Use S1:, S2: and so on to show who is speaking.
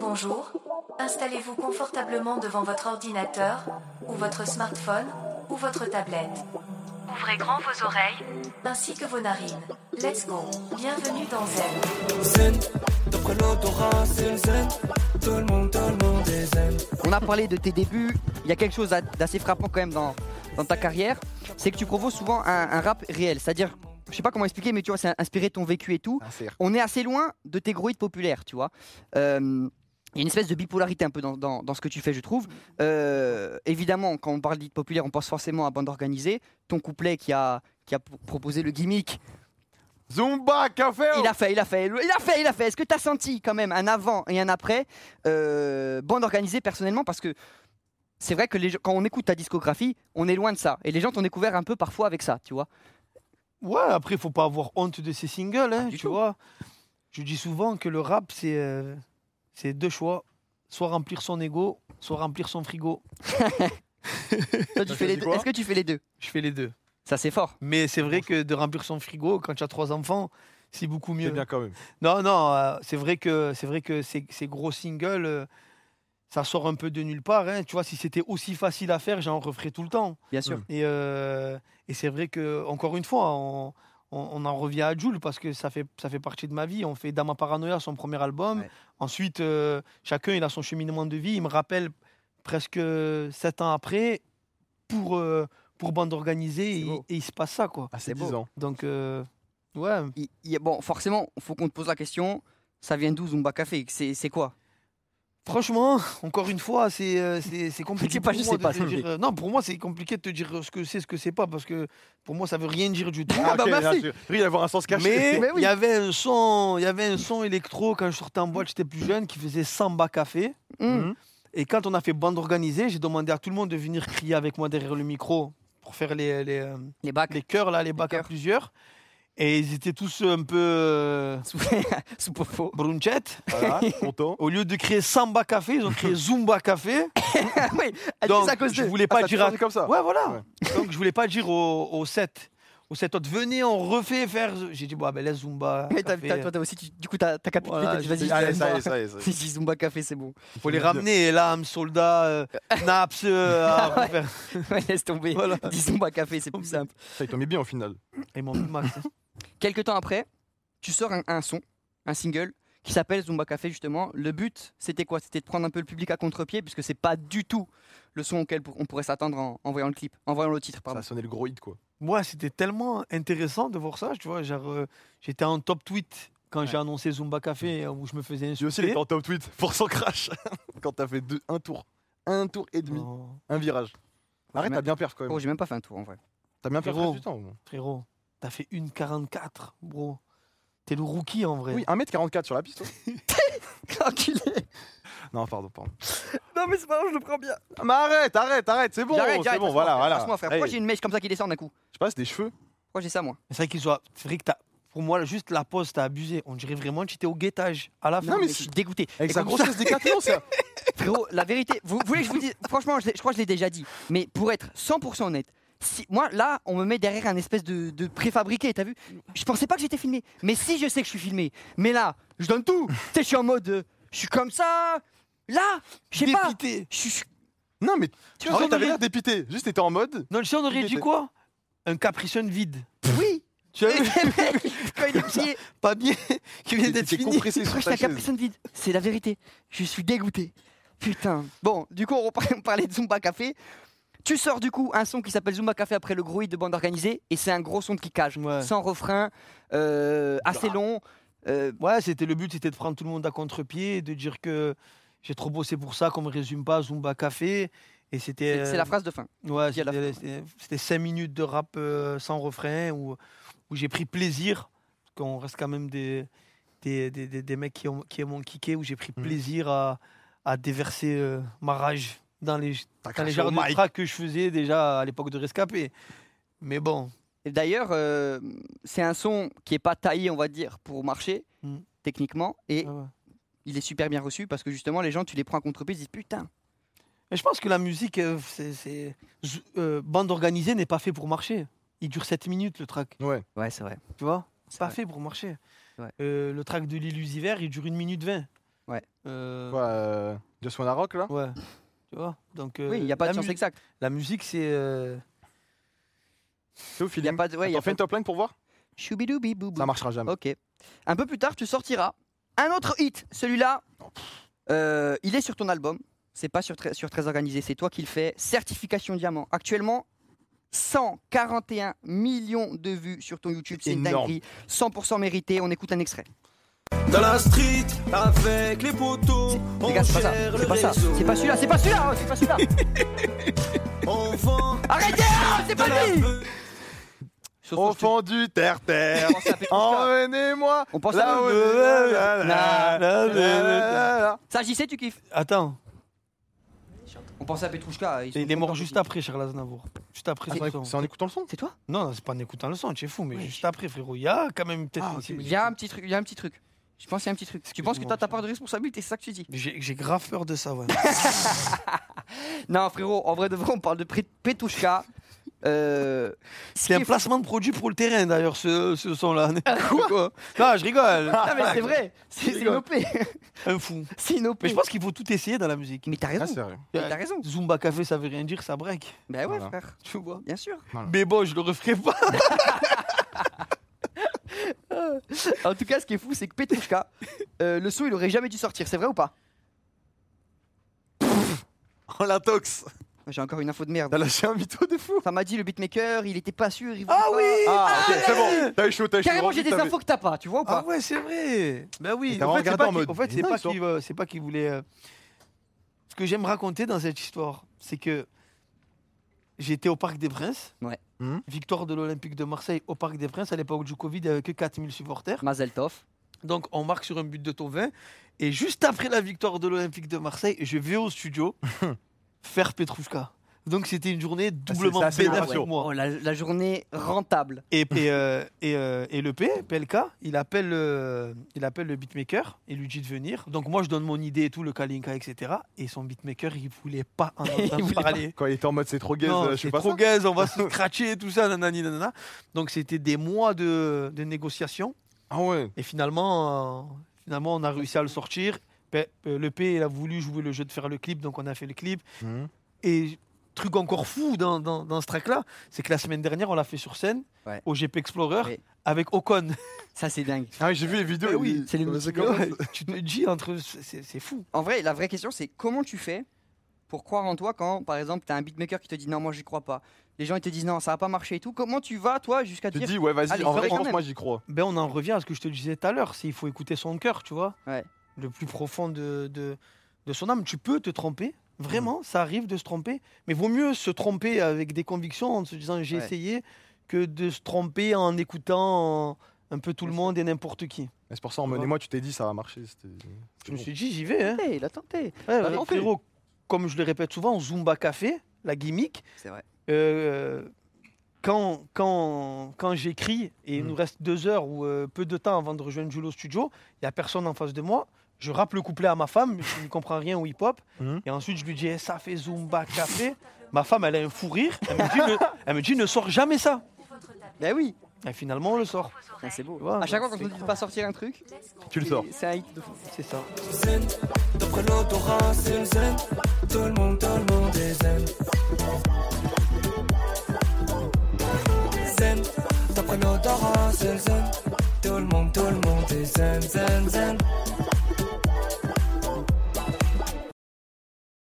S1: Bonjour, installez-vous confortablement devant votre ordinateur, ou votre smartphone, ou votre tablette. Ouvrez grand vos oreilles, ainsi que vos narines. Let's go. Bienvenue dans Zen.
S2: Zen, t'as pris l'odorat, c'est le zen. Tout le monde, tout le monde est zen.
S3: On a parlé de tes débuts. Il y a quelque chose d'a- d'assez frappant quand même dans, dans ta carrière. C'est que tu proposes souvent un, un rap réel. C'est-à-dire, je sais pas comment expliquer, mais tu vois, c'est inspiré de ton vécu et tout.
S4: Ah, c'est-
S3: On est assez loin de tes gros hits populaires, tu vois. Euh, il y a une espèce de bipolarité un peu dans, dans- dans ce que tu fais, je trouve. Euh, évidemment, quand on parle d'hits populaires, on pense forcément à bande organisée. Ton couplet qui a, qui a p- proposé le gimmick,
S4: Zumba, café
S3: il a fait, il a fait, il a fait, il a fait. Est-ce que tu as senti quand même un avant et un après euh, Bande organisée personnellement parce que c'est vrai que les gens- quand on écoute ta discographie, on est loin de ça. Et les gens t'ont découvert un peu parfois avec ça, tu vois.
S5: Ouais, après, faut pas avoir honte de ces singles, hein,
S3: du
S5: tu
S3: tout.
S5: vois. Je dis souvent que le rap, c'est euh, c'est deux choix. Soit remplir son ego, soit remplir son frigo.
S3: Toi, tu fais
S4: Bah,
S5: T'as
S3: les
S5: choisi
S3: deux.
S5: quoi
S3: Est-ce que tu fais les deux
S5: Je fais les deux.
S3: Ça, c'est fort.
S5: Mais c'est vrai que de remplir son frigo, quand tu as trois enfants, c'est beaucoup mieux.
S4: C'est bien quand même.
S5: Non, non, euh, c'est vrai que c'est vrai que ces, ces gros singles, euh, ça sort un peu de nulle part. hein. Tu vois, si c'était aussi facile à faire, j'en referais tout le temps.
S3: Bien sûr.
S4: Hmm.
S5: Et, euh, et c'est vrai que encore une fois, on, on- on en revient à Jules parce que ça fait ça fait partie de ma vie. On fait Dama Paranoia, son premier album.
S3: Ouais.
S5: Ensuite, euh, chacun il a son cheminement de vie. Il me rappelle presque sept ans après pour euh, pour bande organisée
S3: C'est
S5: et,
S3: beau.
S5: et il se passe ça quoi.
S4: Ah,
S3: c'est
S4: c'est
S3: beau.
S4: 10 ans.
S5: Donc euh, ouais.
S3: Il- il y a- bon, forcément, faut qu'on te pose la question. Ça vient d'où Zumba Café C'est c'est quoi
S5: Franchement, encore une fois, c'est euh, c'est- c'est compliqué.
S3: Dis pas,
S5: pour
S3: je
S5: moi
S3: sais
S5: de
S3: pas,
S5: te
S3: c'est
S5: dire, euh, non, pour moi, c'est compliqué de te dire ce que c'est, ce que c'est pas, parce que pour moi, ça veut rien dire du tout.
S3: Ah, bah,
S4: ok,
S3: merci.
S4: là, tu- Oui, il va avoir un sens caché.
S5: Mais
S3: Mais oui.
S5: il y avait un son, il y avait un son électro quand je sortais en boîte, j'étais plus jeune, qui faisait samba café.
S4: Hmm.
S3: Hum.
S5: Et quand on a fait bande organisée, j'ai demandé à tout le monde de venir crier avec moi derrière le micro pour faire les les, euh,
S3: Les bacs.
S5: les chœurs là, les bacs à
S3: chœurs.
S5: plusieurs. Et ils étaient tous un peu euh,
S3: Sous, sous Popo.
S5: brunchette.
S4: Voilà, content.
S5: Au lieu de crier samba café, ils ont crié zumba café.
S3: Ah oui, elle dit
S5: Donc,
S3: ça à cause
S5: je
S3: d'eux.
S5: voulais
S4: Ah,
S5: pas
S4: ça te
S5: dire à
S4: change comme ça.
S5: Ouais, voilà. Donc je voulais pas dire aux, aux 7 aux sept autres, venez, on refait faire. J'ai dit, bon, ah ben laisse Zumba.
S3: Mais t'as-
S5: café. euh,
S3: t'as- toi, t'as aussi, tu- du coup, t'as t'as capitulé.
S5: Voilà,
S3: t'as dit, Vas-y,
S5: j'ai-
S4: euh. Allez, ça y
S3: Zumba.
S4: est, ça y est. ça y est.
S3: Si, si, Zumba Café, c'est bon.
S5: faut les ramener, l'âme, soldat, euh, Naps, euh, à refaire.
S3: Ouais, Laisse tomber.
S5: Voilà.
S3: Dis Zumba Café, c'est plus simple.
S4: Ça, il tombait bien au final.
S5: Ils m'ont mis max. hein.
S3: Quelques temps après, tu sors un, un son, un single, qui s'appelle Zumba Café, justement. Le but, c'était quoi C'était de prendre un peu le public à contre-pied, puisque c'est pas du tout le son auquel pour- on pourrait s'attendre en, en voyant le clip, en voyant le titre,
S4: Ça
S3: pardon.
S4: a sonné le gros hit, quoi.
S5: Moi, c'était tellement intéressant de voir ça, tu vois. genre, euh, j'étais en top tweet quand j'ai annoncé Zumba Café, euh, où je me faisais
S4: J'ai aussi les
S5: insulter.
S4: temps top tweet, force en crash. Quand t'as fait deux, un tour, un tour et demi,
S5: Non,
S4: un virage. Arrête,
S3: mais-
S4: t'as bien perf quand
S3: Oh,
S4: même.
S3: j'ai même pas fait un tour en vrai.
S4: T'as bien perdu
S5: frérot.
S4: du temps. au moins.
S5: frérot, t'as fait 1,44, bro. T'es le rookie en vrai.
S4: Oui, 1m44 sur la piste. toi.
S3: Enculé.
S4: Non, pardon, pardon.
S3: Non, mais c'est pas grave, je le prends bien.
S4: Mais arrête, arrête, arrête, c'est bon,
S3: J'arrête,
S4: c'est
S3: j'arrête,
S4: bon,
S3: passe-moi,
S4: voilà,
S3: frère,
S4: voilà.
S3: passe-moi, frère.
S4: Hey,
S3: Pourquoi j'ai une mèche comme ça qui descend d'un coup
S4: Je passe des cheveux.
S3: Pourquoi j'ai ça, moi
S5: Mais C'est vrai, qu'ils soient- c'est vrai que t'as- pour moi, juste la pause, t'as abusé. On dirait vraiment que tu étais au guettage à la fin.
S3: Non, mais je
S5: c'est-
S3: suis dégoûté.
S4: Avec sa
S3: Écoute,
S4: grossesse décathlon, ça.
S3: Frérot, la vérité, vous, vous voulez que je vous dise, franchement, je, l'ai- je crois que je l'ai déjà dit, mais pour être 100% honnête, si, moi là, on me met derrière un espèce de, de préfabriqué, t'as vu Je pensais pas que j'étais filmé, mais si je sais que je suis filmé, mais là, je donne tout Tu sais, je suis en mode, euh, je suis comme ça, là, je sais pas,
S5: Dépité.
S3: je suis.
S4: Non, mais
S5: Tu
S4: en
S5: vois,
S4: vrai,
S5: on
S4: Ah t'avais
S5: aurait-
S4: l'air dépité. Juste, t'étais en mode.
S5: Non, tu sais, on aurait dit
S4: Dépité.
S5: quoi Un capricieux vide.
S3: Oui
S5: Tu as
S3: Eh,
S5: vu
S3: Quand il est plié,
S5: Pas bien qui vient d'être
S4: T'étais
S5: fini.
S4: compressé
S3: je
S4: sur
S3: suis un
S4: ta chaise.
S3: capricieux de vide, c'est la vérité, je suis dégoûté. Putain. Bon, du coup, on repart- on parlait de Zumba Café. Tu sors du coup un son qui s'appelle Zumba Café après le gros hit de bande organisée, et c'est un gros son de kickage.
S5: Ouais,
S3: sans refrain, euh, assez long. euh,
S5: Ouais, c'était le but, c'était de prendre tout le monde à contre-pied, et de dire que j'ai trop bossé pour ça, qu'on me résume pas Zumba Café. Et c'était.
S3: c'est c'est la phrase de fin.
S5: euh, Ouais,
S3: qui est la
S5: c'était-
S3: fin.
S5: c'était- c'était 5 minutes de rap euh, sans refrain où, où j'ai pris plaisir, parce qu'on reste quand même des, des, des, des- des mecs qui, ont, qui m'ont kické, où j'ai pris
S4: Mhm.
S5: plaisir à, à déverser euh, ma rage dans les,
S4: T'as
S5: dans les
S4: craché au
S5: genres de
S4: mic.
S5: tracks que je faisais déjà à l'époque de Rescapé. Mais bon,
S3: Et D'ailleurs, euh, c'est un son qui est pas taillé, on va dire, pour marcher,
S5: Mm.
S3: techniquement, et
S5: Ah ouais, ouais.
S3: il est super bien reçu parce que justement, les gens, tu les prends à contre-pied, ils se disent putain.
S5: Mais je pense que la musique, euh, c'est, c'est- z- euh, bande organisée n'est pas fait pour marcher. Il dure 7 minutes le track,
S4: Ouais.
S3: Ouais, c'est vrai.
S5: tu vois
S3: C'est
S5: C'est pas
S3: vrai.
S5: fait pour marcher.
S3: Ouais.
S5: Euh, le track de l'illusiver, il dure 1 minute 20.
S3: Ouais.
S5: Euh,
S4: Quoi, euh, Just Wanna Rock là
S5: ouais. Tu vois Donc, euh,
S3: Oui, il n'y a pas
S5: la
S3: de science
S5: mu-
S3: exacte.
S5: La musique, c'est. euh,
S4: C'est au
S3: Il y a
S4: feeling.
S3: pas de. Oh, Ouais, il y a
S4: T'en fais
S3: pas
S4: une top line pour voir
S3: de- Choubidoubibou.
S4: Ça marchera jamais.
S3: Ok. Un peu plus tard, tu sortiras un autre hit. Celui-là, euh, il est sur ton album. C'est pas sur, Très- sur Très Organisé, c'est toi qui le fais. Certification Diamant. Actuellement, 141 millions de vues sur ton YouTube. C'est une
S4: Énorme.
S3: dinguerie. 100% mérité. On écoute un extrait.
S2: Dans la street, avec les poteaux, on
S3: Les gars, c'est pas ça.
S2: gère le
S3: C'est pas ça.
S2: réseau.
S3: C'est pas celui-là. C'est pas celui-là. hein, C'est pas celui-là.
S2: On vend
S3: Arrêtez hein, C'est
S2: de
S3: pas
S2: la
S3: lui
S2: peur.
S3: Sur son
S4: Au fond du terre-terre,
S3: pense à Petrushka.
S4: emmenez-moi
S3: On pense
S4: là
S3: à
S4: où...
S3: la-
S4: la- la- la- la- la-
S3: Ça, j'y sais, tu kiffes.
S5: Attends,
S3: On pense à Petrouchka.
S5: il est mort juste après Charles Aznavour. Juste après
S4: la-
S5: ce son.
S4: C'est en écoutant le son
S3: C'est toi
S5: Non, non, c'est pas en écoutant le son, tu es fou, mais
S3: Oui.
S5: juste après, frérot, il y a quand même peut-être.
S4: Ah,
S5: une-
S4: ok.
S3: Il y a un petit truc. Il y a un petit truc. Je pense qu'il y a un petit truc. Tu penses que toi,
S5: Excuse-moi,
S3: t'as part de responsabilité, c'est ça que tu dis
S5: J'ai j'ai grave peur de ça, ouais.
S3: Non, frérot, en vrai de vrai, on parle de Pet- Petrouchka. Euh, ce
S5: C'est
S3: qui
S5: un
S3: est-
S5: placement de produit pour le terrain, d'ailleurs, ce, ce son-là. Quoi Non, je rigole.
S3: Non, mais c'est vrai, c'est c'est une OP.
S5: Un fou.
S3: C'est une OP.
S5: Mais je pense qu'il faut tout essayer dans la musique.
S3: Mais t'as raison,
S4: Ah, sérieux.
S3: mais t'as raison.
S5: Zumba Café, ça veut rien dire, ça break.
S3: Bah ouais,
S4: Voilà.
S3: frère,
S5: Tu vois
S3: bien sûr.
S5: Mais bon, je le referai pas.
S3: En tout cas, ce qui est fou, c'est que Petrouchka, euh, le son, il aurait jamais dû sortir, c'est vrai ou pas
S4: Oh la tox
S3: J'ai encore une info de merde.
S4: T'as lâché un mytho de fou
S3: Ça m'a dit le beatmaker, il était pas sûr. Il voulait
S5: Ah
S3: pas.
S5: oui
S4: Ah, ok, c'est bon T'as eu chaud, t'as eu chaud
S3: Carrément, j'ai
S4: Ensuite,
S3: des
S4: t'avais-
S3: infos que t'as pas, tu vois ou
S5: Ah
S3: pas
S5: ouais, c'est vrai. Ben oui.
S4: Et t'as
S5: En fait, c'est
S4: regardé
S5: pas
S4: en
S5: qu'il-
S4: mode,
S5: en fait,
S4: mais
S5: c'est
S4: non,
S5: pas
S4: ils sont-
S5: qu'il veut- c'est pas qu'il voulait. euh, Ce que j'aime raconter dans cette histoire, c'est que j'étais au Parc des Princes.
S3: Ouais.
S4: Mhm.
S5: Victoire de l'Olympique de Marseille au Parc des Princes. À l'époque du Covid, il n'y avait que 4000 supporters.
S3: Mazel Tov.
S5: Donc, on marque sur un but de Tauvin. Et juste après la victoire de l'Olympique de Marseille, je vais au studio faire Petrouchka. Donc, c'était une journée doublement
S4: Ah, c'est assez
S5: bénéfique
S4: ratio.
S5: pour moi.
S3: Oh, la, la journée rentable.
S5: Et, et, euh, et, euh, et le P, PLK, il appelle, euh, il appelle le beatmaker et lui dit de venir. Donc, moi, je donne mon idée et tout, le Kalinka, etc. Et son beatmaker, il voulait pas en entendre
S3: voulait pas.
S5: parler.
S4: Quand il était en mode c'est trop gaze,
S5: Non,
S4: euh, je
S5: c'est
S4: sais pas
S5: trop
S4: ça.
S5: gaze, on va se cracher, tout ça, nanani, nanana. Donc, c'était des mois de, de négociations.
S4: Ah ouais
S5: Et finalement, euh, finalement, on a réussi à le sortir. Pe- euh, Le P, il a voulu jouer le jeu de faire le clip, donc on a fait le clip.
S3: Hmm.
S4: Mhm.
S5: Et truc encore fou dans, dans, dans ce track-là, c'est que la semaine dernière, on l'a fait sur scène,
S3: Ouais.
S5: au GP Explorer,
S3: Oui.
S5: avec Ocon.
S3: Ça, c'est dingue.
S4: Ah oui, j'ai vu les vidéos.
S5: Eh oui,
S4: il-
S3: c'est les
S4: comme-
S3: mythiques.
S4: comme-
S5: Ouais, tu te dis entre... c'est- C'est c'est fou.
S3: En vrai, la vraie question, c'est comment tu fais pour croire en toi quand, par exemple, t'as un beatmaker qui te dit non, moi j'y crois pas. Les gens ils te disent non, ça va pas marcher et tout. Comment tu vas, toi, jusqu'à te
S4: Tu
S3: dire
S4: dis, ouais, vas-y,
S3: Allez,
S4: en vrai,
S3: quand
S4: je pense,
S3: même.
S4: moi j'y crois.
S5: Ben, on en revient à ce que je te disais tout à l'heure, c'est il faut écouter son cœur, tu vois.
S3: Ouais.
S5: Le plus profond de, de, de son âme. Tu peux te tromper, vraiment,
S3: Mhm.
S5: ça arrive de se tromper, mais vaut mieux se tromper avec des convictions en se disant j'ai
S3: Ouais.
S5: essayé que de se tromper en écoutant un peu tout le
S3: Bien
S5: monde et n'importe qui.
S4: Et C'est pour ça, emmenez-moi, tu t'es dit, ça va marcher. c'était-
S5: Je me suis dit j'y vais. Hein.
S3: Hey, Eh, il a tenté.
S5: Ouais,
S3: Bah, non,
S5: frérot, comme je le répète souvent, Zumba Café, la gimmick,
S3: C'est vrai.
S5: Euh, quand, quand, quand j'écris, et il
S4: Mm.
S5: nous reste deux heures ou euh, peu de temps avant de rejoindre Julo Studio, il n'y a personne en face de moi. Je rappe le couplet à ma femme, je ne comprends rien au hip-hop.
S4: Mm.
S5: Et ensuite, je lui dis, eh, ça fait Zumba Café. ma femme, elle a un fou rire. Elle me dit, ne, elle me dit, ne sors jamais ça.
S3: Bah oui,
S5: Et finalement, on le sort.
S3: Ah, c'est beau.
S5: Tu vois,
S3: à chaque fois
S5: donc,
S3: qu'on te
S5: c'est-
S3: dit de pas sortir un truc,
S4: Tu le sors.
S3: c'est un hit de fou.
S5: C'est ça.
S2: zen. D'après l'odorat, c'est le zen. Tout le monde, tout le monde est zen. Zen. D'après l'odorat, c'est le zen. Tout le monde, tout le monde est zen, zen, zen.